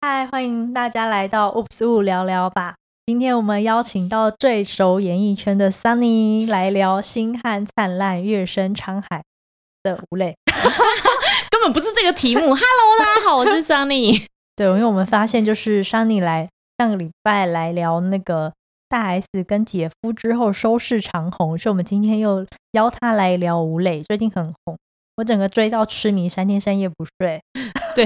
嗨，欢迎大家来到 Oops 物聊聊吧。今天我们邀请到最熟演艺圈的 Sunny 来聊《星汉灿烂月升沧海》的吴磊。根本不是这个题目。Hello，大家好，我是 Sunny。 对，因为我们发现就是 Sunny 来上个礼拜来聊那个大 S 跟姐夫之后收视长虹，所以我们今天又邀他来聊吴磊，最近很红，我整个追到痴迷，三天三夜不睡。对，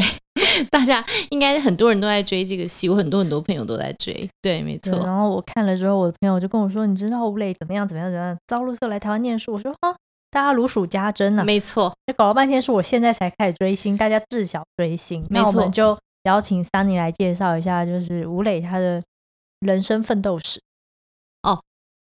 大家应该很多人都在追这个戏，我很多很多朋友都在追。对，没对错。然后我看了之后，我的朋友就跟我说：“你知道吴磊怎么样怎么样怎么样？招录社来台湾念书。”我说：“啊，大家如数家珍呐、没错，就搞了半天是我现在才开始追星，大家自小追星。那没我们错就邀请 Sunny 来介绍一下，就是吴磊他的人生奋斗史。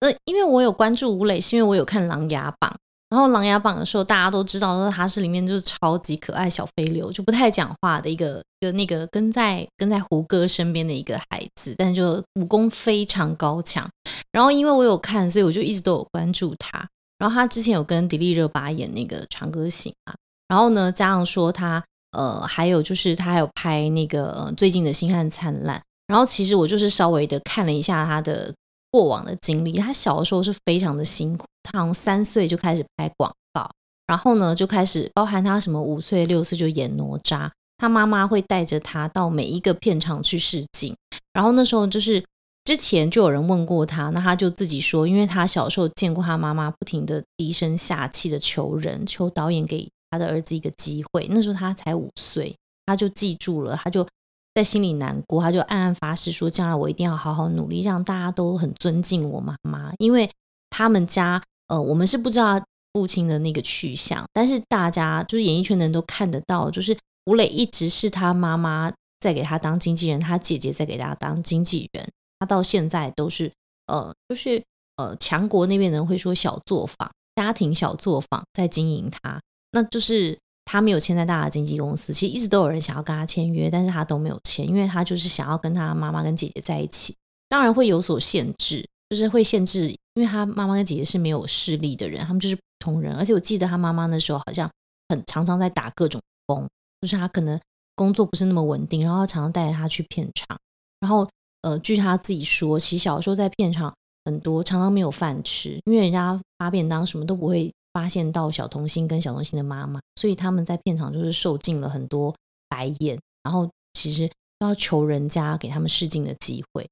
呃，因为我有关注吴磊，是因为我有看《琅琊榜》，然后《琅琊榜》的时候，大家都知道说他是里面就是超级可爱小飞流，就不太讲话的一个，就那个跟在跟在胡歌身边的一个孩子，但就武功非常高强。然后因为我有看，所以我就一直都有关注他。然后他之前有跟迪丽热巴演那个《长歌行》啊，然后呢，加上说他呃，还有就是他还有拍那个、呃最近的《星汉灿烂》，然后其实我就是稍微的看了一下他的过往的经历，他小的时候是非常的辛苦，他好像三岁就开始拍广告，然后呢就开始包含他什么五岁六岁就演哪吒，他妈妈会带着他到每一个片场去试镜，然后那时候就是。之前就有人问过他，那他就自己说，因为他小时候见过他妈妈不停的低声下气的求人，求导演给他的儿子一个机会。那时候他才五岁，他就记住了，他就在心里难过，他就暗暗发誓说，将来我一定要好好努力，让大家都很尊敬我妈妈，因为他们家呃，我们是不知道父亲的那个去向，但是大家就是演艺圈的人都看得到，就是吴磊一直是他妈妈在给他当经纪人，他姐姐在给他当经纪人，他到现在都是呃，就是呃，强国那边人会说小作坊、家庭小作坊在经营他，那就是他没有签在大的经纪公司，其实一直都有人想要跟他签约，但是他都没有签，因为他就是想要跟他妈妈跟姐姐在一起，当然会有所限制，就是会限制，因为他妈妈跟姐姐是没有视力的人，他们就是普通人，而且我记得他妈妈那时候好像很常常在打各种工，就是他可能工作不是那么稳定，然后常常带着他去片场，然后呃，据他自己说，其实小时候在片场很多常常没有饭吃，因为人家发便当什么都不会发现到小童星跟小童星的妈妈，所以他们在片场就是受尽了很多白眼，然后其实都要求人家给他们试镜的机会。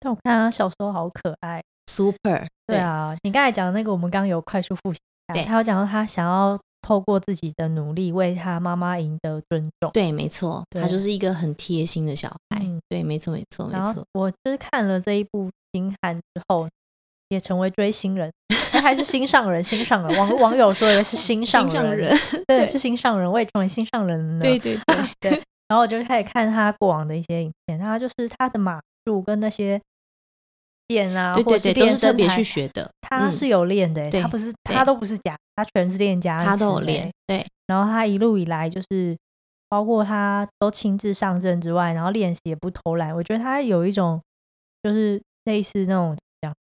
但我看他小时候好可爱。 Super，对，啊，你刚才讲的那个，我们刚刚有快速复习一对下。他有讲到他想要透过自己的努力为他妈妈赢得尊重。对，没错，对他就是一个很贴心的小孩。嗯对，没错，没错，没然后错。我就是看了这一部《星汉》之后，也成为追星人，哎还是心上人，心上人。网网友说的是心上人，，对，对是心上人，我也成为心上人了。对对对，对。然后我就开始看他过往的一些影片，他就是他的马术跟那些点啊，对或对者对，都练是特身别材去，学的。他嗯是有练的欸、对他不是对他都不是假，他全是练家，他都有练，。对然后他一路以来就是，包括他都亲自上阵之外，然后练习也不偷懒。我觉得他有一种就是类似那种讲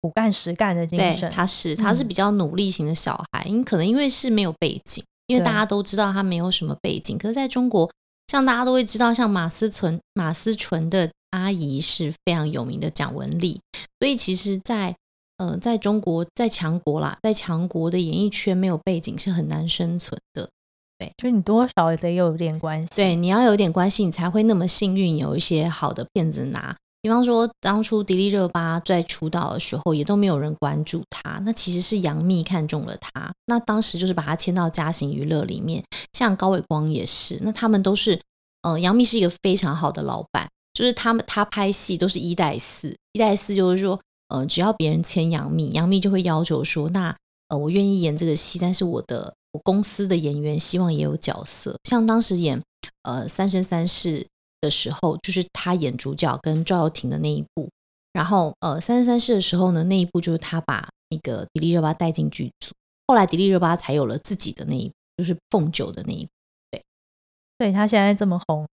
苦干实干的精对，神。他是他是嗯比较努力型的小孩，因为可能因为是没有背景，因为对大家都知道他没有什么背景，可是在中国，像大家都会知道，像马思纯马思纯的阿姨是非常有名的蒋雯丽，所以其实在，呃，在中国在强国啦，在强国的演艺圈没有背景是很难生存的。就是你多少得有点关系。对，你要有点关系，你才会那么幸运，有一些好的片子拿。比方说，当初迪丽热巴在出道的时候，也都没有人关注她。那其实是杨幂看中了她，那当时就是把她签到嘉行娱乐里面。像高伟光也是，那他们都是，呃，杨幂是一个非常好的老板，就是他们他拍戏都是一带四，一带四就是说，呃，只要别人签杨幂，杨幂就会要求说，那呃，我愿意演这个戏，但是我的我公司的演员希望也有角色。像当时演呃《三生三世》的时候，就是他演主角跟赵又廷的那一部。然后呃，《三生三世》的时候呢，那一部就是他把那个迪丽热巴带进剧组，后来迪丽热巴才有了自己的那一部，就是凤九的那一部。所以他现在这么红，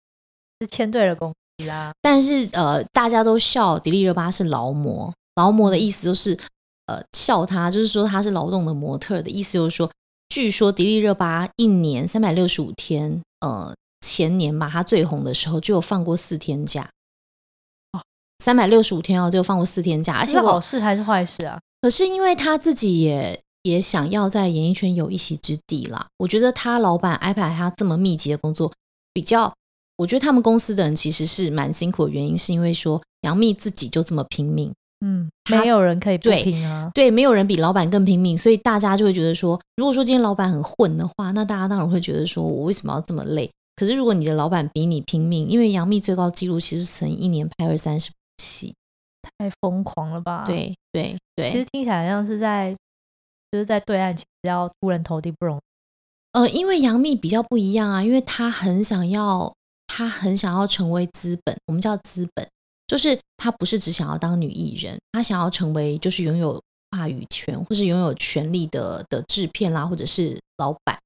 是签对了公司啦。但是呃，大家都笑迪丽热巴是劳模，劳模的意思就是呃笑她，就是说她是劳动的模特儿的意思，就是说，据说迪丽热巴一年三百六十五天，呃，前年吧，他最红的时候就有放过四天假哦，三百六十五天哦，就放过四天假，而这且是好我事还是坏事啊？可是因为他自己也也想要在演艺圈有一席之地啦，我觉得他老板安排他这么密集的工作，比较，我觉得他们公司的人其实是蛮辛苦的原因，是因为说杨幂自己就这么拼命，嗯，他没有人可以不对拼啊。对，没有人比老板更拼命，所以大家就会觉得说，如果说今天老板很混的话，那大家当然会觉得说我为什么要这么累？可是如果你的老板比你拼命，因为杨幂最高纪录其实曾一年拍二三十部戏，太疯狂了吧？，对对对，啊其实听起来像是在就是在对岸，其实要出人头地不容易。呃，因为杨幂比较不一样啊，因为她很想要，她很想要成为资本，我们叫资本，就是她不是只想要当女艺人，她想要成为就是拥有话语权或是拥有权力的的制片啦，或者是老板。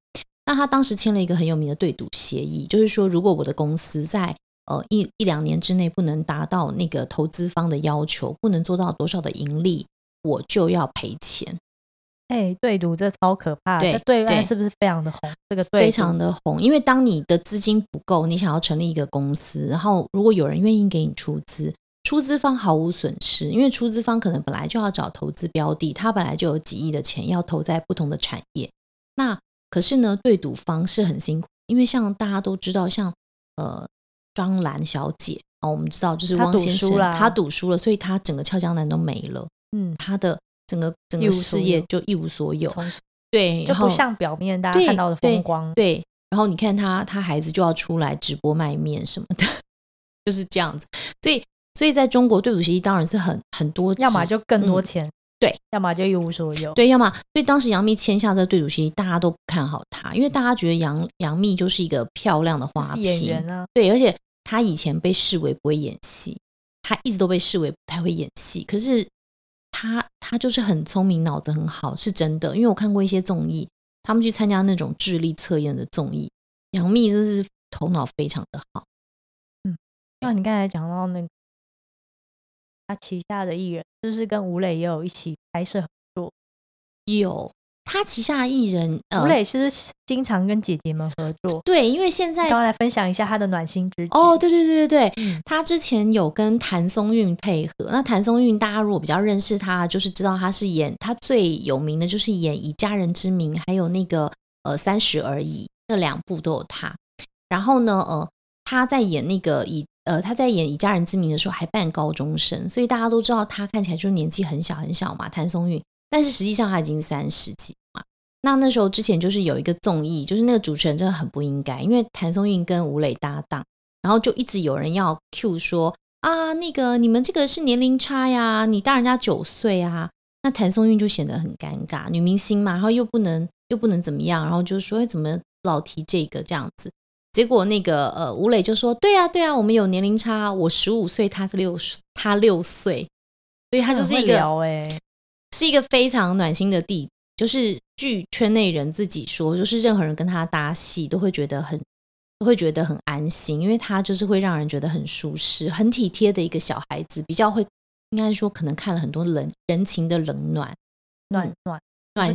那她当时签了一个很有名的对赌协议，就是说，如果我的公司在呃一一两年之内不能达到那个投资方的要求，不能做到多少的盈利，我就要赔钱。哎、对赌这超可怕，对这对对岸是不是非常的红？这个对非赌常的红，因为当你的资金不够，你想要成立一个公司，然后如果有人愿意给你出资，出资方毫无损失，因为出资方可能本来就要找投资标的，他本来就有几亿的钱要投在不同的产业。那可是呢，对赌方是很辛苦，因为像大家都知道，像呃张兰小姐哦，我们知道就是她汪赌先输生啦他赌输了，所以他整个俏江南都没了，嗯，他的整个整一个无所事业有就一无所有。从对，就然后不像表面大家对看到的风光。对，然后你看他，他孩子就要出来直播卖面什么的， 就是这样子。所以，所以在中国对赌协议当然是很很多指，要么就更多嗯钱，对，要么就一无所有。对，要么所以当时杨幂签下这对赌协议，大家都不看好她，因为大家觉得杨杨幂就是一个漂亮的就花是演瓶，员啊，对，而且她以前被视为不会演戏，她一直都被视为不太会演戏，可是她她就是很聪明，脑子很好，是真的。因为我看过一些综艺，他们去参加那种智力测验的综艺，杨幂真是头脑非常的好。那你刚才讲到那个他旗下的艺人，就是跟吴磊也有一起拍摄。有她旗下艺人，吴呃，磊其实经常跟姐姐们合作。对，因为现在刚来分享一下他的暖心之举哦，，对对对对对，嗯他之前有跟谭松韵配合。那谭松韵，大家如果比较认识他，就是知道他是演他最有名的就是演《以家人之名》，还有那个呃《三十而已》那两部都有他。然后呢，呃，他在演那个以呃他在演《以家人之名》的时候还扮高中生，所以大家都知道他看起来就是年纪很小很小嘛，谭松韵。但是实际上他已经三十几嘛。那那时候之前就是有一个综艺，就是那个主持人真的很不应该，因为谭松韵跟吴磊搭档。然后就一直有人要 Q 说啊，那个你们这个是年龄差呀，你大人家九岁啊。那谭松韵就显得很尴尬，女明星嘛，然后又不能又不能怎么样，然后就说、哎、怎么老提这个这样子。结果那个呃吴磊就说，对啊对啊，我们有年龄差，我十五岁，他是六他六岁，所以他就是一很会个聊哎、是一个非常暖心的弟弟，就是据圈内人自己说，就是任何人跟他搭戏都会觉得很都会觉得很安心，因为他就是会让人觉得很舒适、很体贴的一个小孩子，比较会应该说可能看了很多冷人情的冷暖暖嗯暖暖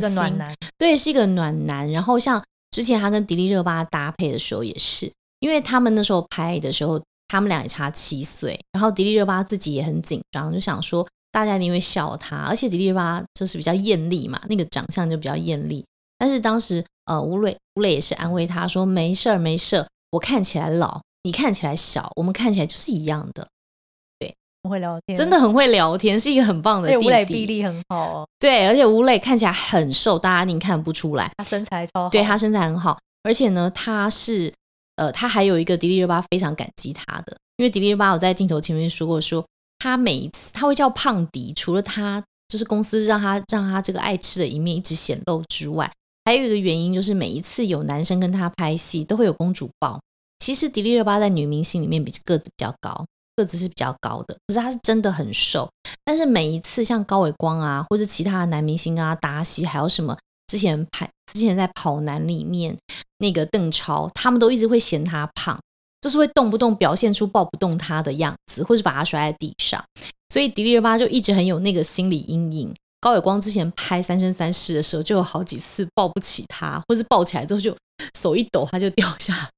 这个心暖男，对，是一个暖男。然后像之前他跟迪丽热巴搭配的时候也是，因为他们那时候拍的时候，他们俩也差七岁，然后迪丽热巴自己也很紧张，就想说大家一定会笑她，而且迪丽热巴就是比较艳丽嘛，那个长相就比较艳丽。但是当时呃，吴磊吴磊也是安慰她说：“没事儿，没事儿，我看起来老，你看起来小，我们看起来就是一样的。”很会聊天，真的很会聊天，是一个很棒的对弟弟。吴磊臂力很好哦，对，而且吴磊看起来很瘦，大家您看不出来。他身材超哦好，对他身材很好，而且呢，他是呃，他还有一个迪丽热巴非常感激他的，因为迪丽热巴我在镜头前面说过说，他每一次他会叫胖迪，除了他就是公司让他让他这个爱吃的一面一直显露之外，还有一个原因就是每一次有男生跟他拍戏都会有公主抱。其实迪丽热巴在女明星里面比个子比较高，个子是比较高的，可是她是真的很瘦。但是每一次像高伟光啊，或是其他的男明星啊，达西还有什么之前拍之前在跑男里面那个邓超，他们都一直会嫌他胖，就是会动不动表现出抱不动他的样子，或是把他摔在地上。所以迪丽热巴就一直很有那个心理阴影。高伟光之前拍《三生三世》的时候，就有好几次抱不起他，或是抱起来之后就手一抖他就掉下来。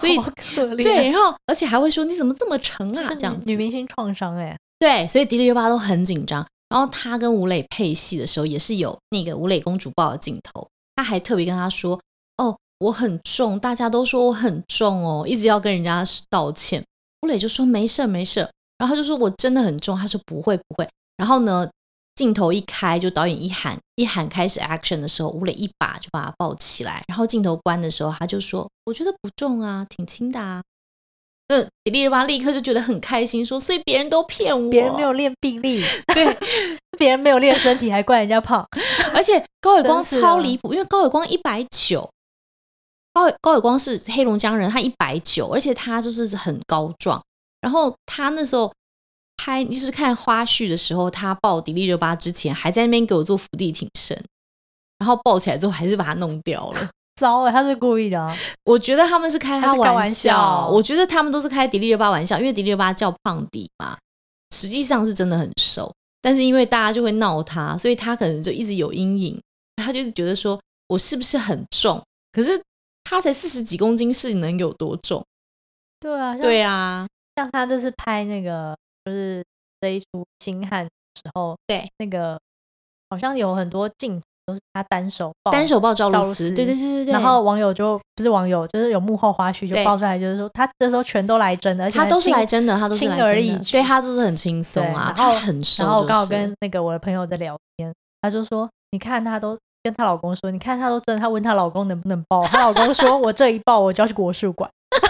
所 以好可怜，对，，然后而且还会说你怎么这么沉啊这样子女。明星创伤哎、对，所以迪丽热巴都很紧张。然后她跟吴磊配戏的时候，也是有那个吴磊公主抱的镜头，她还特别跟他说：“哦，我很重，大家都说我很重哦，一直要跟人家道歉。”吴磊就说：“没事儿，没事儿。”然后他就说：“我真的很重。”他说：“不会，不会。”然后呢，镜头一开，就导演一喊一喊开始 action 的时候，吴磊一把就把他抱起来。然后镜头关的时候，他就说：“我觉得不重啊，挺轻的啊。”那迪丽热巴立刻就觉得很开心，说：“所以别人都骗我，别人没有练臂 力，对，别人没有练身体，还怪人家胖。 而且高伟光真是超啊离谱，因为高伟光一百九，高伟高伟光是黑龙江人，他一百九，而且他就是很高壮。然后他那时候拍，就是看花絮的时候，他抱迪丽热巴之前还在那边给我做伏地挺身，然后抱起来之后还是把他弄掉了。糟哎、他是故意的、啊，我觉得他们是开他还是开玩玩笑我觉得他们都是开迪丽热巴玩笑，因为迪丽热巴叫胖迪嘛，实际上是真的很瘦，但是因为大家就会闹他，所以他可能就一直有阴影，他就是觉得说我是不是很重？可是他才四十几公斤，是能有多重？ 对啊，像对啊，像他这次拍那个就是这一出《星汉》的时候，对那个好像有很多镜头都是他单手抱，单手抱赵露哦赵露思，思对对对对对，然后网友就不是网友，就是有幕后花絮对就爆出来，就是说他这时候全都来真的，而且他还都是亲来真的，他都是轻来真的，而易举对他都是很轻松对啊，然后他很瘦、就是，然后我刚好跟那个我的朋友在聊天，她就说：“你看她都跟她老公说，你看她都真的，她问她老公能不能抱，她老公说我这一抱我就要去国术馆。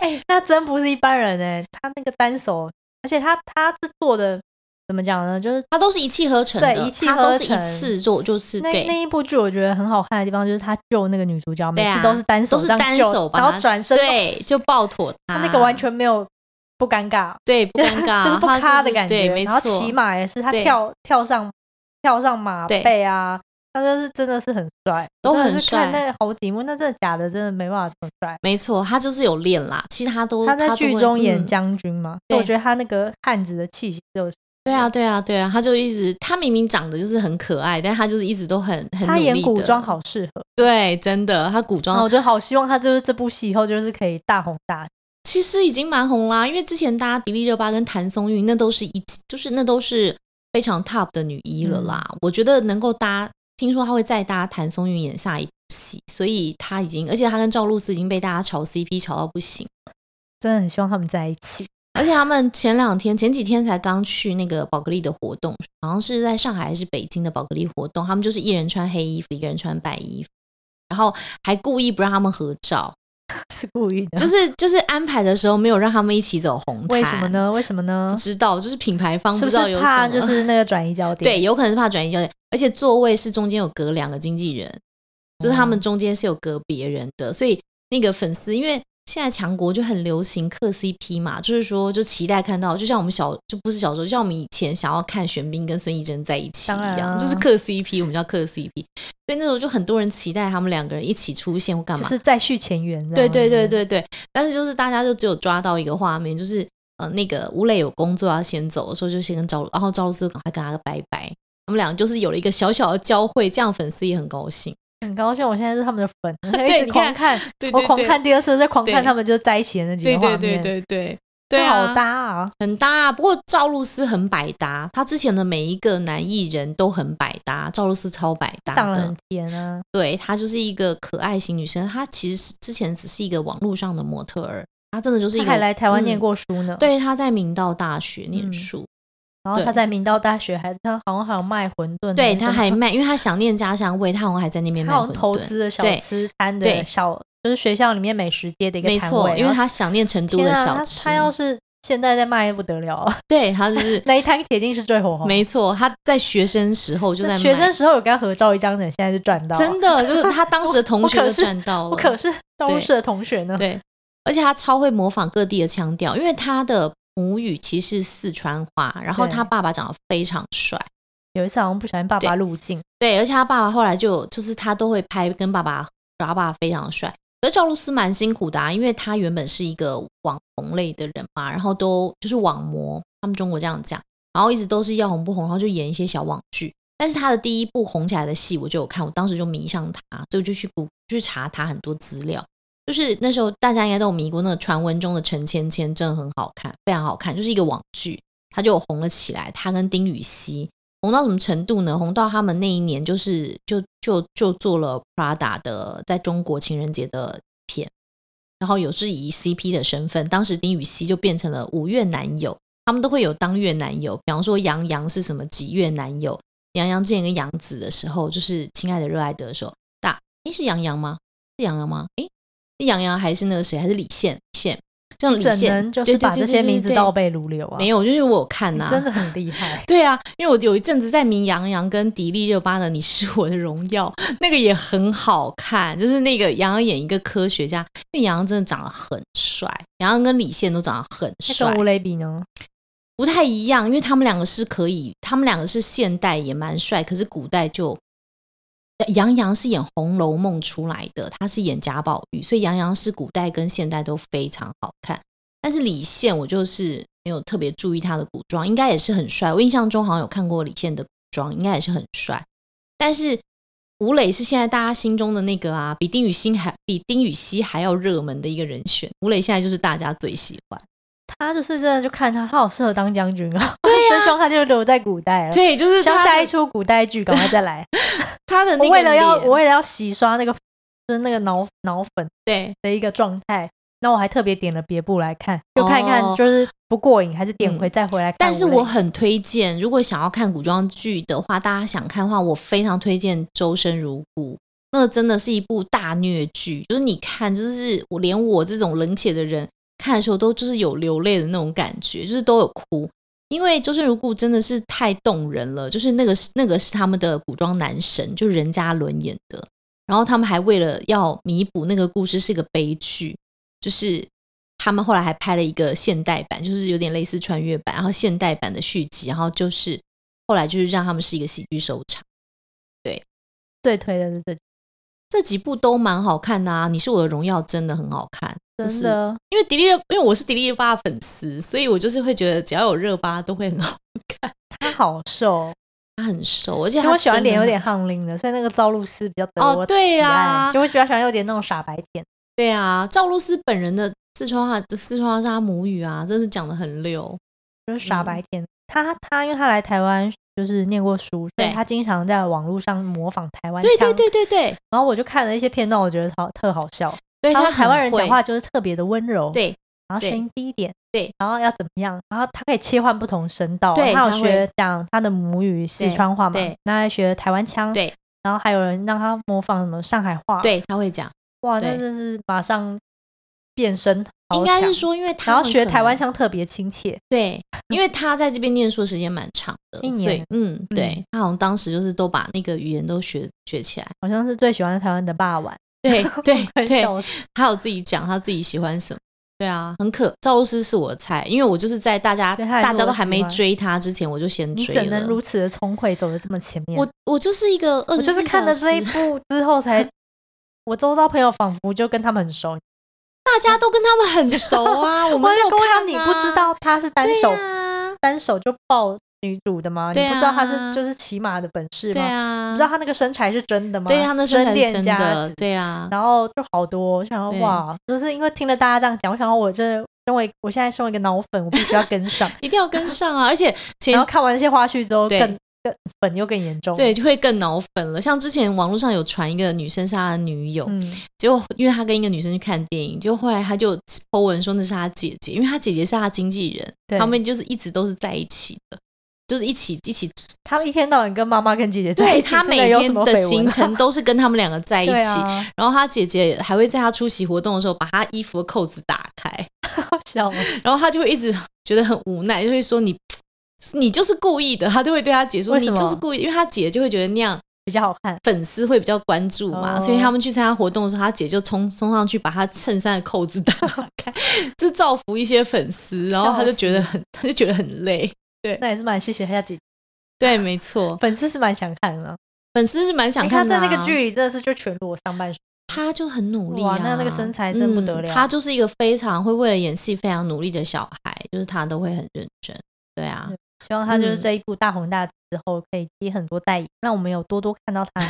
哎、那真不是一般人哎、她那个单手，而且她她是做的怎么讲呢？就是他都是一气呵成的，对一气他都呵是一成次做，就是那对那一部剧，我觉得很好看的地方就是她救那个女主角，每对啊次都是单手都是这样单救手把然她后转身，对，啊就抱妥他，她那个完全没有不尴尬，对不尴尬， 啊就是不他咔的感觉。对，没然后错，骑马也是，他对跳跳上跳上马对背啊，他真是真的是很帅，都我真的很是看帅那个好几幕，那真的假的，真的没办法这么帅。没错，他就是有练啦，其他都他在都剧会中演嗯将军嘛，所以我对觉得他那个汉子的气息就是，对啊，对啊，对啊，他就一直，他明明长得就是很可爱，但他就是一直都很很他努演力古的装，好适合。对，真的，他古然后装我就好希望他就是这部戏以后就是可以大红大紫。其实已经蛮红啦，因为之前大家迪丽热巴跟谭松韵那都是一，就是那都是非常 top 的女一了啦。嗯我觉得能够搭，听说她会再搭谭松韵演下一部戏，所以她已经，而且她跟赵露思已经被大家炒 CP 炒到不行。真的很希望他们在一起，而且他们前两天、前几天才刚去那个宝格丽的活动，好像是在上海还是北京的宝格丽活动，他们就是一人穿黑衣服，一个人穿白衣服，然后还故意不让他们合照，是故意的。就是就是安排的时候没有让他们一起走红毯，为什么？呢？为什么不呢？知道，就是品牌方是不不知道有是什怕么，就是那个转移焦点？对，有可能是怕转移焦点，而且座位是中间有隔两个经纪人，就是哦他们中间是有隔别人的，所以那个粉丝因为。现在强国就很流行嗑 CP 嘛，就是说就期待看到，就像我们小就不是小时候，就像我们以前想要看玄彬跟孙艺珍在一起一当然样，啊就是嗑 CP，我们叫嗑 CP。所以那时候就很多人期待他们两个人一起出现或干就嘛，是再续前缘。对对对，对对，但是就是大家就只有抓到一个画面，就是呃，那个吴磊有工作要先走的时候，就先跟赵露，然后赵露思赶快跟他个拜拜，他们俩就是有了一个小小的交汇，这样粉丝也很高兴。很高兴，我现在是他们的粉，我现在对一你直狂看，对我狂看，第二次，再狂对看他们就在一起的那几对个画对面，对对对对那啊，好搭啊！很搭啊。不过赵露思很百搭，她之前的每一个男艺人都很百搭，赵露思超百搭长得的很。甜啊，对她就是一个可爱型女生，她其实是之前只是一个网络上的模特儿，她真的就是一他个还来台湾念嗯过书呢，，对，他在明道大学念嗯书，然后他对在明道大学还他好像还有卖馄饨，对他还什么 卖，因为他想念家乡嗯味，他好像还在那边他卖好馄像饨。投资了小对吃摊对的小，就是学校里面美食街的一个没摊错，位，因为然后他想念成都天的啊，小他吃。他要是现在再卖不得了啊， 对他就是 那一摊铁定是最火红。没错，他在学生时候哦就在那学卖生时候有跟他合照一张的，现在就赚到啊，真的就是他当时的同我学 可都是赚到了，我可是招对式的同学呢，对，而且他超会模仿各地的腔调，因为他的母语其实是四川话，然后对他爸爸长得非常帅。有一次好像不小心爸爸入境，对，而且他爸爸后来就就是他都会拍跟爸爸合照，他爸爸非常帅。可是赵露思蛮辛苦的、啊，因为她原本是一个网红类的人嘛，然后都就是网模，他们中国这样讲，然后一直都是要红不红，然后就演一些小网剧。但是她的第一部红起来的戏，我就有看，我当时就迷上她，所以我就去谷去查她很多资料。就是那时候大家应该都有迷过那个传闻中的陈芊芊，真的很好看，非常好看，就是一个网剧，它就红了起来。她跟丁禹兮红到什么程度呢？红到他们那一年就是就就就做了 Prada 的在中国情人节的片，然后有是以 CP 的身份，当时丁禹兮就变成了五月男友，他们都会有当月男友，比方说杨洋是什么几月男友，杨洋之前跟杨紫的时候，就是《亲爱的热爱的》的时候，大诶是杨洋吗？是杨洋吗？诶。是杨洋还是那个谁，还是李现？现这种李怎现能就对是对把对这对些对名字对倒背如流啊？没有，啊就是我有看你呐、。哎真的很厉害 对啊，因为我有一阵子在迷杨洋跟迪丽热巴的《你是我的荣耀》， 那个也很好看，就是那个杨洋演一个科学家，因为杨洋真的长得很帅，杨洋跟李现都长得很那帅跟，吴磊比呢？不太一样，因为他们两个是可以，他们两个是现代也蛮帅，可是古代就。呃杨洋是演《红楼梦》出来的，他是演贾宝玉，所以杨洋是古代跟现代都非常好看。但是李现，我就是没有特别注意他的古装，应该也是很帅。我印象中好像有看过李现的古装，应该也是很帅。但是吴磊是现在大家心中的那个啊，比丁禹兮还比丁禹兮还要热门的一个人选。吴磊现在就是大家最喜欢。他就是真的，就看他，他好适合当将军啊！对 呀、真希望他就留在古代了。对，就是希望 他下一的出古代剧赶快再来。他 的我那个为了要脸我为了要洗刷那个就是那个脑脑粉对的一个状态，那我还特别点了别部来看，就看一看哦就是不过瘾，还是点回、嗯再回来看。但是我很推荐，如果想要看古装剧的话，大家想看的话，我非常推荐《周生如故》。那真的是一部大虐剧，就是你看，就是我连我这种冷血的人看的时候，都就是有流泪的那种感觉，就是都有哭，因为《周生如故》真的是太动人了。就是那个是那个是他们的古装男神，就是任嘉伦演的，然后他们还为了要弥补那个故事是个悲剧，就是他们后来还拍了一个现代版，就是有点类似穿越版，然后现代版的续集，然后就是后来就是让他们是一个喜剧收场。最推的是这集，这几部都蛮好看的啊，《你是我的荣耀》真的很好看，就是真的因为迪丽热，因为我是迪丽热巴的粉丝，所以我就是会觉得只要有热巴都会很好，他好瘦，哦她很瘦，而且其实她我喜欢真的脸有很点夯拎的，所以那个赵露思比较得哦我对喜爱啊就我喜欢喜欢有点那种傻白甜。对啊，赵露思本人的四川话，四川话是她母语啊，真是讲的很溜。就是傻白嗯甜。他他因为他来台湾就是念过书，所对以他经常在网络上模仿台湾腔。对对对对对，然后我就看了一些片段，我觉得好特好笑。对然后她台湾人很会讲话就是特别的温柔，，对然后声音低一点，对，然后要怎么样？然后他可以切换不同声道，对他有他学讲他的母语四对川话嘛对，那还学台湾腔，对，然后还有人让他模仿什么上海话，，对，她会讲。哇，对那真是马上变身，应该是。说，因为他然后们学可台湾能腔特别亲切，对，因为他在这边念书的时间蛮长的，一所以年嗯，对他好像当时就是都把那个语言都学学起 来，好像是最喜欢台湾的霸王，对对快对，笑死！他有自己讲他自己喜欢什么。对啊，很可赵露思是我的菜，因为我就是在大家对她也是大家我都的还喜没欢追他之前，我就先你追怎能了如。此的聪慧，走的这么前面？我我就是一个二我十就是四看小了这一时，部之后 才，我周遭朋友仿佛就跟他们很熟。大家都跟他们很熟 啊，我我们就都跟我看讲，你啊不知道他是单对手、啊，单手就抱女主的吗？对你不知道他啊是就是骑马的本事对吗？啊，你不知道他那个身材是真的吗？对他啊那身材练是真家的子，对 啊，然后就好多，我想要对哇，就是因为听了大家这样讲，我想要我这身为我现在身为一个脑粉，我必须要跟 上。一定要跟上啊！而且前然后看完这些花絮之后，对更更粉又更严重。，对，就会更脑粉了。像之前网络上有传一个女生是她的女友，嗯，结果因为她跟一个女生去看电影，结果后来她就 po 文说那是她姐姐，因为她姐姐是她经纪人，对他们就是一直都是在一起的，就是一起一起。他们一天到晚跟妈妈跟姐姐在对一起，她真的每有什天么的绯闻行 啊程都是跟他们两个 在一对起。啊、然后她姐姐还会在她出席活动的时候把她衣服的扣子打开，笑哦死！然后她就会一直觉得很无奈，就会说你你就是故意的，她就会对她姐说为你什么就是故意的，因为她姐就会觉得那样比较好看，粉丝会比较关注嘛，哦所以他们去参加活动的时候，他姐就冲冲上去把他衬衫的扣子打开， 就造福一些粉丝，然后他就觉得很，他就觉得很 累。那也是蛮谢谢他姐姐，对，没错，粉丝是蛮想看的。粉丝是蛮想你看看在的、啊。那个剧，里真的是就全裸上半身，他就很努力啊，哇那那个身材真不得了他就是一个非常会为了演戏非常努力的小孩，就是他都会很认真。对啊，希望他就是嗯 这一部大红大紫之后可以接很多代言，让我们有多多看到他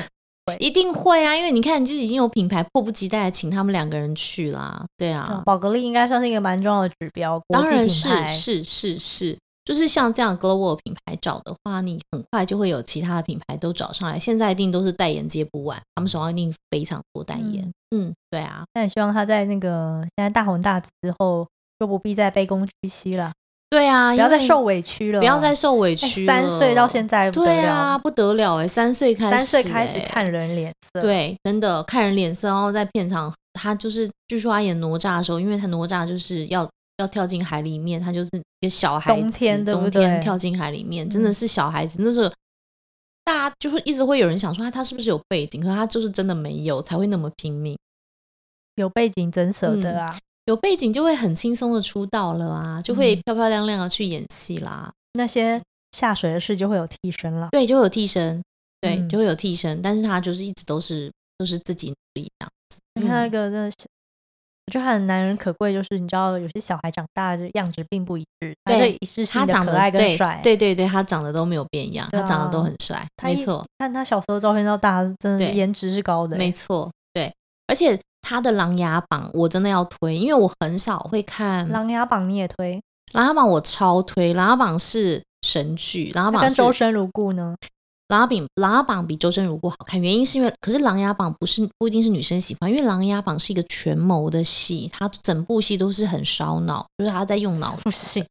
会。一定会啊，因为你看，就是已经有品牌迫不及待地请他们两个人去啦，对嗯啊，宝格丽应该算是一个蛮重要的指标，国当际然品是牌是是是，就是像这样 global 品牌找的话，你很快就会有其他的品牌都找上来，现在一定都是代言接不完，他们手上一定非常多代言，嗯对啊，但也希望他在那个现在大红大紫之后，就不必再卑躬屈膝了，对啊，不要因为再受委屈了，不要再受委哎屈了，三岁到现在不得对啊，了，不得了哎、三岁开始、三岁开始哎看人脸色，，对，真的看人脸色，然后在片场，他就是据说他演哪吒的时候，因为他哪吒就是要要跳进海里面，他就是一个小孩子，冬天对不冬天对跳进海里面，真的嗯是小孩子。那时候大家就会一直会有人想说他他是不是有背景，可是他就是真的没有，才会那么拼命。有背景真舍嗯得啊。有背景就会很轻松的出道了啊，就会嗯漂漂亮亮的去演戏啦。那些下水的事就会有替身了。对，就会有替身，对，嗯就会有替身，但是他就是一直都是都是自己努力这样子。你看那嗯个真的是，我觉得很难能可贵，就是你知道有些小孩长大就样子并不一致，他对就一致性他的长可得爱跟对帅，对对对，他长得都没有变样，对他长得都啊很帅，他没一错，看他小时候照片到大，真的对是颜值是高的欸，没错，对，而且他的《琅琊榜》我真的要推，因为我很少会看《琅琅琊榜你也推，琊榜》，我超推，《琅琊榜》是神剧，《琅琊这榜跟》周是《深如故呢？琅琊榜》《琅琊榜》比《周生如故》好看，原因是因为，可是《琅琊榜》不是不一定是女生喜欢，因为《琅琊榜》是一个权谋的戏，它整部戏都是很烧脑，就是他在用脑 不行，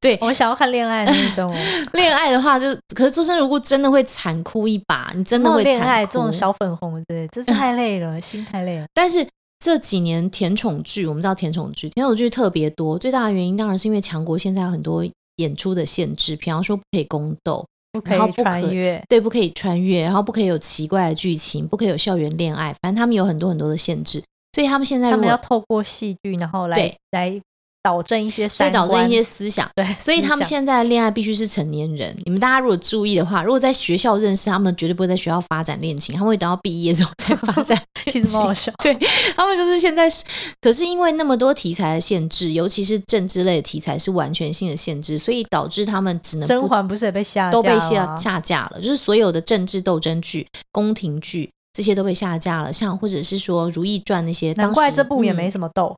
对我想要看恋爱的那 种哦， 恋爱的话就，可是《周生如故》真的会惨哭一把，你真那的种会恋爱惨这种哭。小粉红之类，真是太累 了，心太累了。但是这几年甜宠剧，我们知道甜宠剧，甜宠剧特别多，最大的原因当然是因为强国现在有很多演出的限制，比方说不可以宫斗，不可然后以不可穿以越，对，不可以穿越，然后不可以有奇怪的剧情，不可以有校园恋爱，反正他们有很多很多的限制，所以他们现在他如们要果透过戏剧，然后来对来导正一些再山导正关一些思想。对，所以思他们想现在的恋爱必须是成年人。你们大家如果注意的话，如果在学校认识，他们绝对不会在学校发展恋情，他们会等到毕业之后再发展其实蛮好笑。他们就是现在是，可是因为那么多题材的限制，尤其是政治类的题材是完全性的限制，所以导致他们只能甄不嬛不是也被下都被架了下吗下架了，就是所有的政治斗争剧、宫廷剧这些都被下架了，像或者是说《如懿传》那些，难当怪时这部也嗯没什么斗，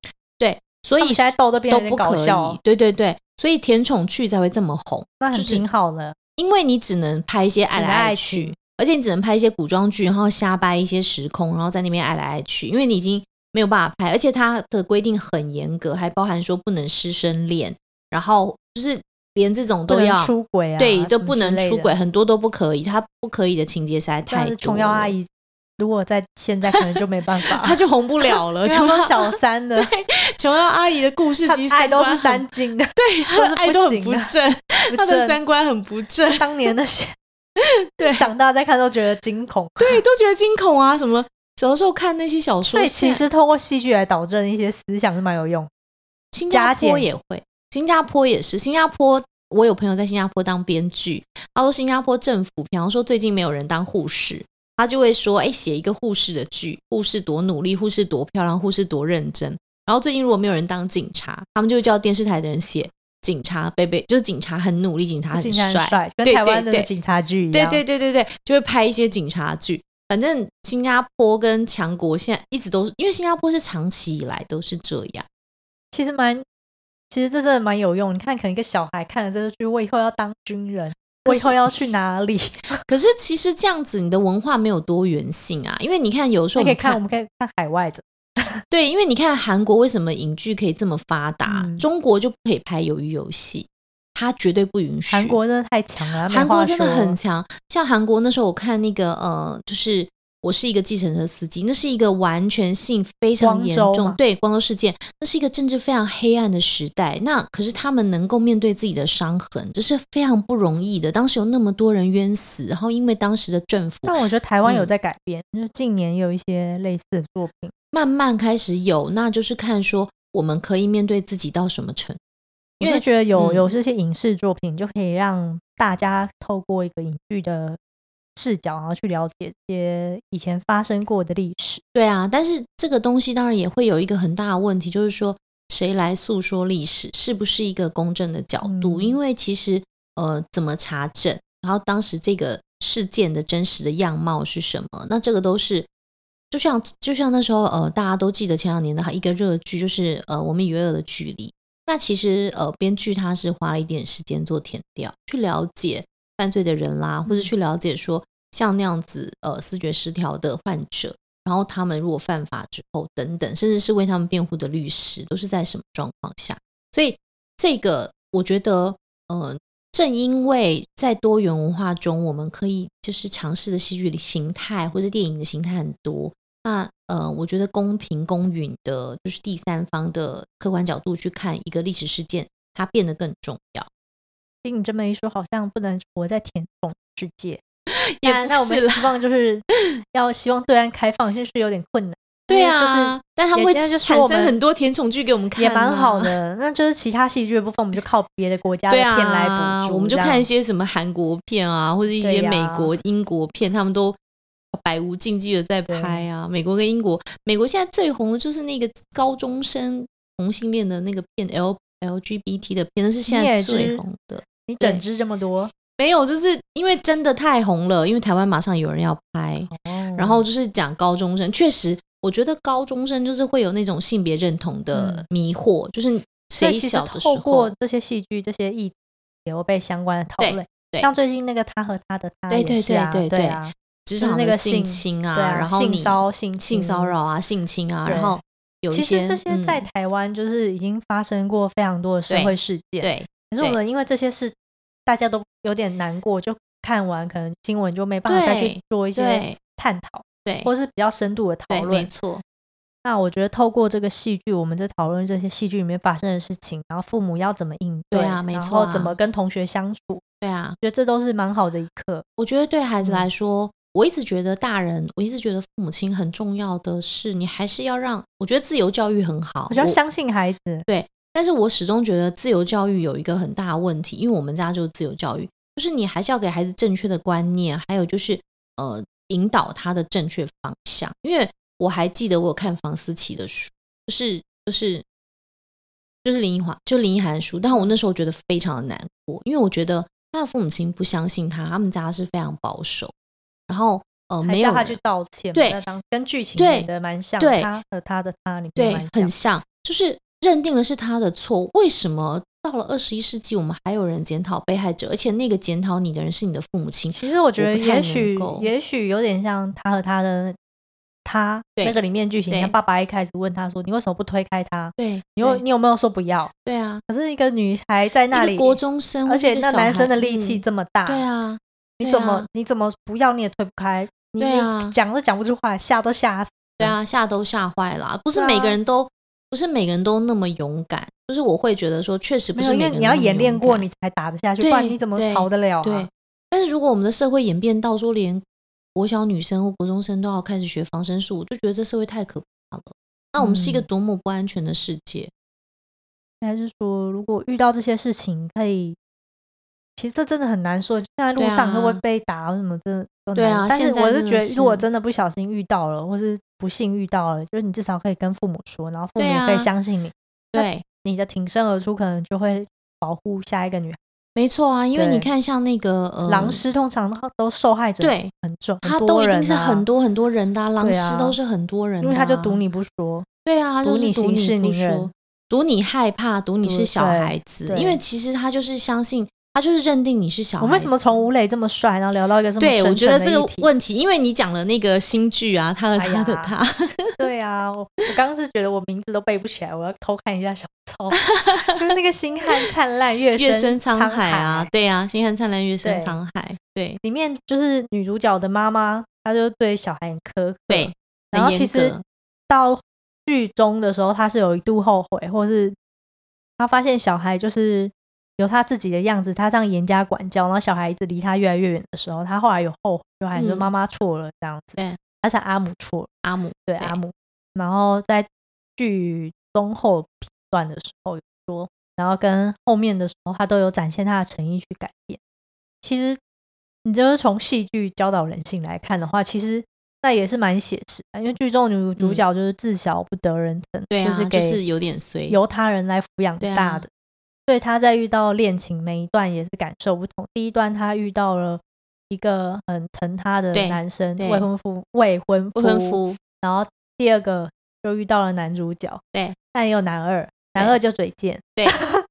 所他以们现在斗都变都得有不点搞可笑以，，对对对，所以甜宠剧才会这么红，那很就是挺好的。因为你只能拍一些爱只来能爱爱情去，而且你只能拍一些古装剧，然后瞎掰一些时空，然后在那边爱来爱去，因为你已经没有办法拍，而且它的规定很严格，还包含说不能师生恋，然后就是连这种不都能要。出轨啊，对，都都不能出轨，。很多都不可以，它不可以的情节实在但太是多琼了。瑶阿，姨，啊如果在现在可能就没办法， 她就红不了因 了。为琼她瑶都小三 的，琼瑶阿姨的故事她其实爱三都观是很三金的，对，她都是的爱不都很行不的正，不 她的正三观很不正。当年那些 对长大再看都觉得惊恐。对，都觉得惊恐啊！什么小的时候看那些小说， 所以其现在实透过戏剧来导正一些思想是蛮有用的。新加加坡减也会，新加坡也是，新加坡。我有朋友在新加坡当编剧，他说新加坡政府，比方说最近没有人当护士，他就会说，哎，写一个护士的剧，护士多努力，护士多漂亮，护士多认真。然后最近如果没有人当警察，他们就会叫电视台的人写警察贝贝，就是警察很努力，警察啊很警察帅，很帅，跟对台对湾的对警察剧一对样。对对对对，就会拍一些警察剧。反正新加坡跟强国现在一直都是，因为新加坡是长期以来都是这样。其实蛮，其实这真的蛮有用。你看，可能一个小孩看了这个剧，我以后要当军人，我可以后是要去哪 里？可是其实这样子，你的文化没有多元性啊。因为你看，有时候那我可以们看，我们可以看海外的。对，因为你看韩国为什么影剧可以这么发达，嗯中国就不可以拍《鱿鱼游戏》，它绝对不允许。韩国真的太强了，韩国真的很强。强，像韩国那时候我看那个呃，就是我是一个计程车司机，那是一个完全性非常光严州重嘛，对光州事件，那是一个政治非常黑暗的时代。那可是他们能够面对自己的伤痕，这是非常不容易的。当时有那么多人冤死，然后因为当时的政府但我觉得台湾有嗯在改变，就是近年有一些类似的作品。慢慢开始有，那就是看说我们可以面对自己到什么程度。我因是为觉得有嗯有这些影视作品，就可以让大家透过一个影剧的视角，然后去了解这些以前发生过的历史。对啊，但是这个东西当然也会有一个很大的问题，就是说谁来诉说历史，是不是一个公正的角度？嗯因为其实呃，怎么查证，然后当时这个事件的真实的样貌是什么。那这个都是就像就像那时候呃，大家都记得前两年的一个热剧，就是呃，我们与恶的距离。那其实呃，编剧他是花了一点时间做填调，去了解犯罪的人啦，或者去了解说像那样子呃思觉失调的患者，然后他们如果犯法之后等等，甚至是为他们辩护的律师都是在什么状况下。所以这个我觉得，呃，正因为在多元文化中，我们可以就是尝试的戏剧的形态或者电影的形态很多，那呃，我觉得公平公允的，就是第三方的客观角度去看一个历史事件，它变得更重要。听你这么一说，好像不能活在甜宠世界。也那不那我们是啦 希望就是要希望对岸开放，现在是有点困难。对因为啊，就是但它也会现在就是产我生们很多甜宠剧给我们看、啊也蛮好。的。那就是其他戏剧的部分，我们就靠别的国家的对片来补助、啊，我们就这样看一些什么韩国片啊，或者一些对呀美国、英国片，他们都百无禁忌的在拍啊。美国跟英国，美国现在最红的就是那个高中生同性恋的那个片，L LGBT 的片，那是现你在也最知红的。你对整支这么多，没有，就是因为真的太红了，因为台湾马上有人要拍，哦啊然后就是讲高中生，确实，我觉得高中生就是会有那种性别认同的嗯迷惑，就是所谁以其实小的时透过候，这些戏剧、这些议题也会被相关的讨对论。对像最近那个他和他的他对也对是啊，对对对对啊，就职是场那的个性性侵对啊，啊，然后性你骚性性骚。扰啊、性侵啊，对然后有一其些实这些嗯在台湾就是已经发生过非常多的社对会事件，对可是我对们因为这些事，大家都有点难过，就看完可能新闻就没办法再去对做一些对探讨，对或是比较深度的讨对，没论。错，那我觉得透过这个戏剧，我们在讨论这些戏剧里面发生的事情，然后父母要怎么应对啊没然错后啊怎么跟同学相处，我对啊，觉得这都是蛮好的一课。我觉得对孩子嗯来说，我一直觉得大人，我一直觉得父母亲很重要的是，你还是要让我觉得自由教育很好，我觉得我相信孩子，但是我始终觉得自由教育有一个很大的问题，因为我们家就是自由教育，就是你还是要给孩子正确的观念，还有就是呃引导他的正确方向。因为我还记得我有看房思琪的书，就是就是就是林奕华，就林奕涵的书，但我那时候觉得非常的难过，因为我觉得他的父母亲不相信他，他们家是非常保守，然后呃还没有叫他人去道歉嘛，对那当跟剧情对演的蛮像，对他和他的他里面对蛮，很像，像，就是认定了是他的错。为什么到了二十一世纪，我们还有人检讨被害者，而且那个检讨你的人是你的父母亲？其实我觉得我不太也能许够也许有点像他和他的他对那个里面剧情，对像爸爸一开始问他说：“你为什么不推开他？对，你有对你有没有说不要对啊，？”可是一个女孩在那一里，个国中生，而且那男生的力气气，这么大，嗯对啊，你对怎么、啊你怎么不要你也推不开，你对啊你讲都讲不出话，吓都吓死。对啊，吓都吓坏了啊，不是对每个啊人都不是每个人都那么勇敢，就是我会觉得说，确实不没是有，因每为个人你要都那么演练勇过，敢你才打得下去，不对然你怎么对逃得了、啊？对，但是如果我们的社会演变到说连国小女生或国中生都要开始学防身术，我就觉得这社会太可怕了。那我们是一个嗯多么不安全的世界？应该是说，如果遇到这些事情，可以，其实这真的很难说。就现在路对上会不会啊被打什么，真的都对难啊但是现在我是真的觉得，如果是真的不小心遇到了，或是不幸遇到了，就是你至少可以跟父母说，然后父母对也可以啊相信你，那对，你的挺身而出，可能就会保护下一个女孩。没错啊，因为对你看，像那个呃，狼师通常都受害者对很重，他很都多一人定是啊很多很多人的啊、狼对师啊都是很多人的啊、因为他就赌你不说，对啊，他赌就是你赌息事你不宁人说，赌你害怕，赌你赌是小对孩子，对因为其实他就是相信，他就是认定你是小我孩子。们为什么从吴磊这么帅，然后聊到一个这么对，我深觉沉得的这议个题问题，因为你讲了那个新剧啊，他和哎他的呀他，对啊，我我刚刚是觉得我名字都背不起来，我要偷看一下小 抄，就是那个星汉灿烂月月升升沧海海啊，，对啊，星汉灿烂，月升对沧海，对里面就是女主角的妈妈，她就对小孩很苛刻，对，然很后严其实格到剧中的时候，她是有一度后悔，或是她发现小孩就是有他自己的样子，她这样严加管教，然后小孩一直离她越来越远的时候，她后来有后悔，就还说嗯妈妈错了这样子，对，她是阿姆错了，阿姆，对对阿姆，然后在剧中后片段的时候有说，然后跟后面的时候，她都有展现她的诚意去改变。其实你就是从戏剧教导人性来看的话，其实那也是蛮写实的，因为剧中女主嗯角就是自小不得人疼，对啊，是就给是有点随，由他人来抚养对啊大的。所以她在遇到恋情每一段也是感受不同。第一段她遇到了一个很疼她的对男生对未婚夫未婚未婚夫，然后第二个就遇到了男主角，对，但也有男二，男对二就嘴贱，对，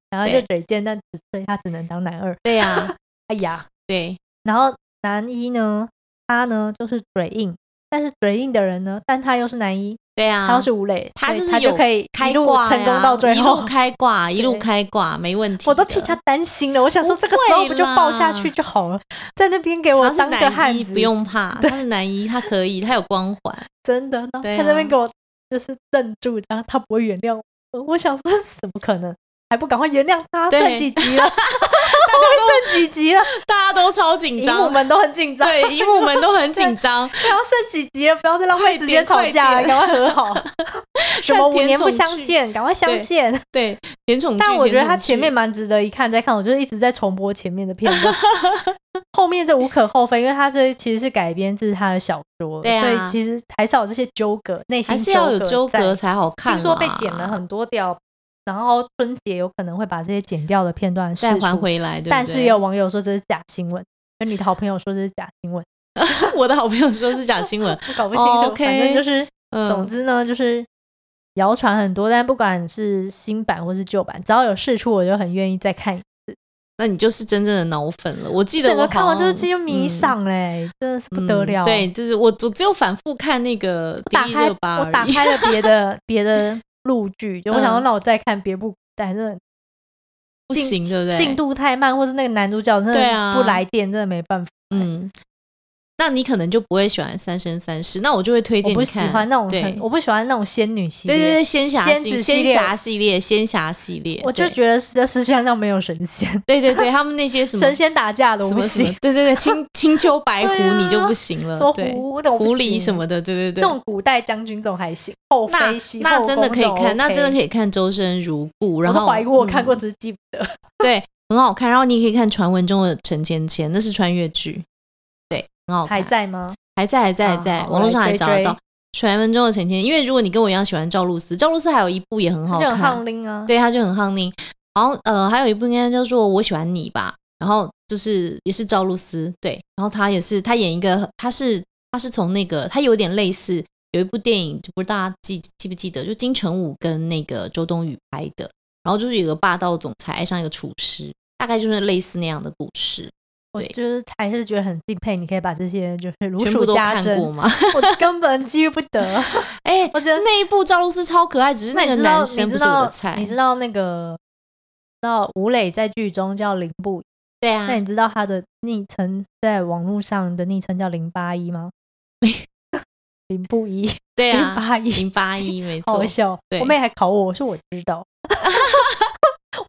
然后就嘴贱，但只所以他只能当男二，对呀，哎呀，对然后男一呢，他呢就是嘴硬，但是嘴硬的人呢，但他又是男一，对呀，他又是吴磊，啊他所以就是他就有可以一开路挂成功呀到最一路后。开挂，一路对开挂，没问题。我都替他，担心了，我想说不这个时候会不就抱下去啦就好了，在那边给我他是当个汉男一，子，不用 怕，他是男一，他可以，他有光环。真的，然后对他在那边啊给我就是愣住，然后他不会原谅我，我想说怎么可能，还不赶快原谅他？剩对几集 了？大家剩几集了？大家都超 紧姨母张，们都很紧张，对，姨母们都 很紧张，然后剩几集了？不要再浪费时间吵快点架了，快点赶快和 好。什么看五甜年不宠相剧见，赶快相对见。对，甜宠剧。但我觉得甜他宠前剧面蛮值得一看再看，我就是一直在重播前面的片 段，后面这无可厚非，因为他这其实是改编自他的小说，对所以啊其实还是要有这些纠葛，内心还是要有纠纠在葛才好看啦。听说被剪了很多掉，然后春节有可能会把这些剪掉的片段再释还出回来，对不但是对也有网友说这是假新闻，跟你的好朋友说这是假新闻， 我的好朋友说是假新闻，我搞不清楚。哦反正，OK 就是，嗯，总之呢，就是谣传很多，但不管是新版或是旧版，只要有试出，我就很愿意再看。那你就是真正的脑粉了。我记得整我个看完好就像就迷上嘞、真的是不嗯得了。嗯对，就是我我只有反复看那个我迪打丽开热巴而已，我打开了别的别的录剧，就我想说，嗯那我再看别部，但是不行，对不对？进度太慢，或是那个男主角真对的啊不来电，真的没办法。嗯，那你可能就不会喜欢《三生三世》，那我就会推我荐不你喜看。欢那种对很，我不喜欢那种仙女系对列。对对，仙侠仙系子系仙列侠系列，仙侠系列，我就对觉得这世界上没有神仙，对对对，他们那些什么神仙打架的我什不么什行么，，对对 对，青青丘白狐对啊你就不行了什么，对，狐那种狐狸什么的，对对这对，种古代将军这种还行，后那妃戏那真的可以看，那真的可以。以看《周生如故》，然我后都怀疑我看过，嗯只是记不得。对，很好看。然后你也可以看传闻中的陈芊芊，那是穿越剧，对，很好看，还在吗？还在还在啊还在，好网络上来还追找得到追传闻中的陈芊芊。因为如果你跟我一样喜欢赵露思，赵露思还有一部也很好就很看夯，拎啊。对，她就很夯你。然后呃，还有一部应该叫做《我喜欢你》吧，然后就是也是赵露思，对，然后她也是她演一个，她是她是从那个她有点类似有一部电影，就不知道大家记记不记得，就金城武跟那个周冬雨拍的，然后就是有个霸道总裁爱上一个厨师，大概就是类似那样的故事，我对就是还是觉得很敬佩，你可以把这些就是如全数部都家看珍，过吗？ 我根本记不得。哎、 我觉得那一部赵露思超可爱，只是那你个知道男你生不知是我道的菜。你知道那个知道吴磊在剧中叫林不疑，对啊那，你知道他的昵称在网络上的昵称叫零八一吗？林不疑，对零啊，八一，零八一没错好，笑。哦对我妹还考我，我说我知 道。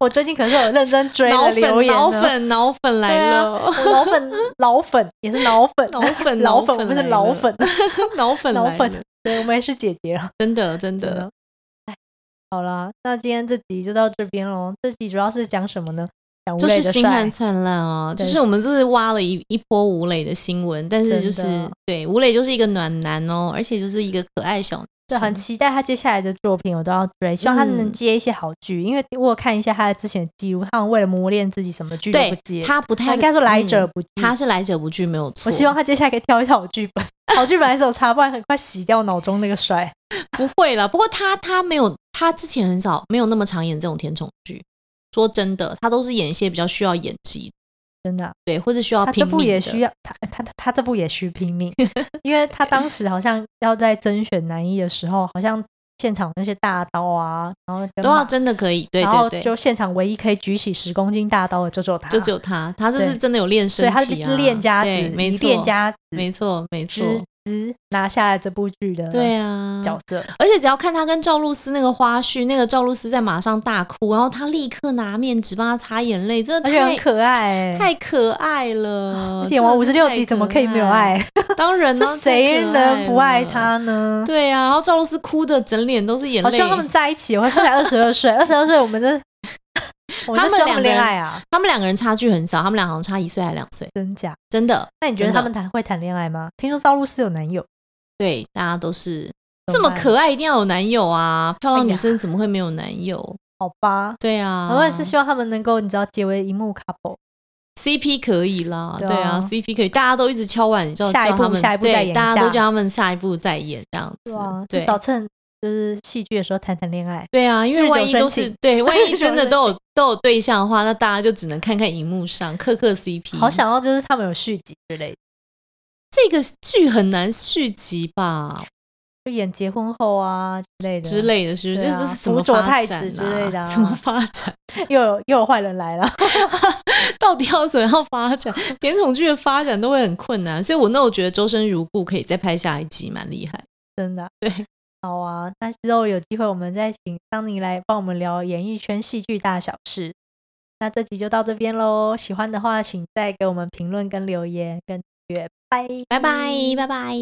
我最近可是有认真追脑了留粉言脑呢粉脑粉对来啊了。我老粉老粉也是老粉，脑 粉，老粉粉，我们是老粉， 脑粉，老粉，，对我们也是姐啊姐了。真的，真真的的，哎，好啦，那今天这集就到这边喽。这集主要是讲什么呢？讲吴就磊是的星汉帅，灿烂啊！就对是我们这是挖了一一波吴磊的新闻，但是就真是的对吴磊就是一个暖男哦，而且就是一个可爱小对，男很生，期待他接下来的作品，我都要追，希望他能嗯接一些好剧。因为我有看一下他的之前的记录，他们为了磨练自己，什么剧都不接对。他不啊太应该说来嗯者不拒。他是来者不拒，没有错。我希望他接下来可以挑一些好剧本，好剧本还是有差，不然很快洗掉脑中那个帅。不会了，不过他他没有，他之前很少没有那么常演这种甜宠剧。说真的，他都是演一些比较需要演技，真的啊、对，或者 需要他拼这命的。部也需要他他他他这部也需拼命，因为他当时好像要在甄选男一的时候，好像现场那些大刀啊，然后跟都要马真的可以，对然后对对，就现场唯一可以举起十公斤大刀的就只有他，就只有他，他就对是真的有练身所以体、啊，他就是练家子，对没以错，练家子没错，没错，之之拿下了这部剧的对啊，角色，而且只要看他跟赵露思那个花絮，那个赵露思在马上大哭，然后他立刻拿面纸帮他擦眼泪，真的而且太很可爱、欸。太可爱了。演完真五的十是六太集怎么可以没有爱？爱？当 然这呢，谁太可能不爱了？他呢？对啊，然后赵露思哭的整脸都是眼好泪。希望他们在一起哦，我他才二十二岁，二十二岁我们 这我们他这们是他两们个恋人爱啊，他们两个人差距很少，他们俩好像差一岁还两岁，真假？真的。那你觉得真他的们谈会谈恋爱吗？听说赵露思有男友，对，大家都是怎这么办可爱，一定要有男友啊！漂亮哎呀女生怎么会没有男友？好吧？对啊，我也是希望他们能够，你知道结为荧幕 couple， CP 可以啦，对对啊啊，CP 可以，大家都一直敲碗，叫下一叫步他们下一步再演对，一大下家都叫他们下一步再演这样子对啊，，至对少趁就是戏剧的时候谈谈恋爱。对啊，因日为久万一生都是情 对，万日一久真的生都有都有对象的话，那大家就只能看看荧幕上刻刻 CP。好想要就是他们有续集之类的，这个剧很难续集吧就演结婚后啊之类的之，类的，是不是？对啊这是怎辅么佐发太展子之类的啊怎么发展？又有又有坏人来了，到底要怎样发展？甜宠剧的发展都会很困难，所以我那我觉得《周生如故》可以再拍下一集，蛮厉害。真的啊。对，好啊，那之后有机会我们再请桑尼来帮我们聊演艺圈戏剧大小事。那这集就到这边喽，喜欢的话请再给我们评论跟留言跟订阅，拜拜拜，拜拜。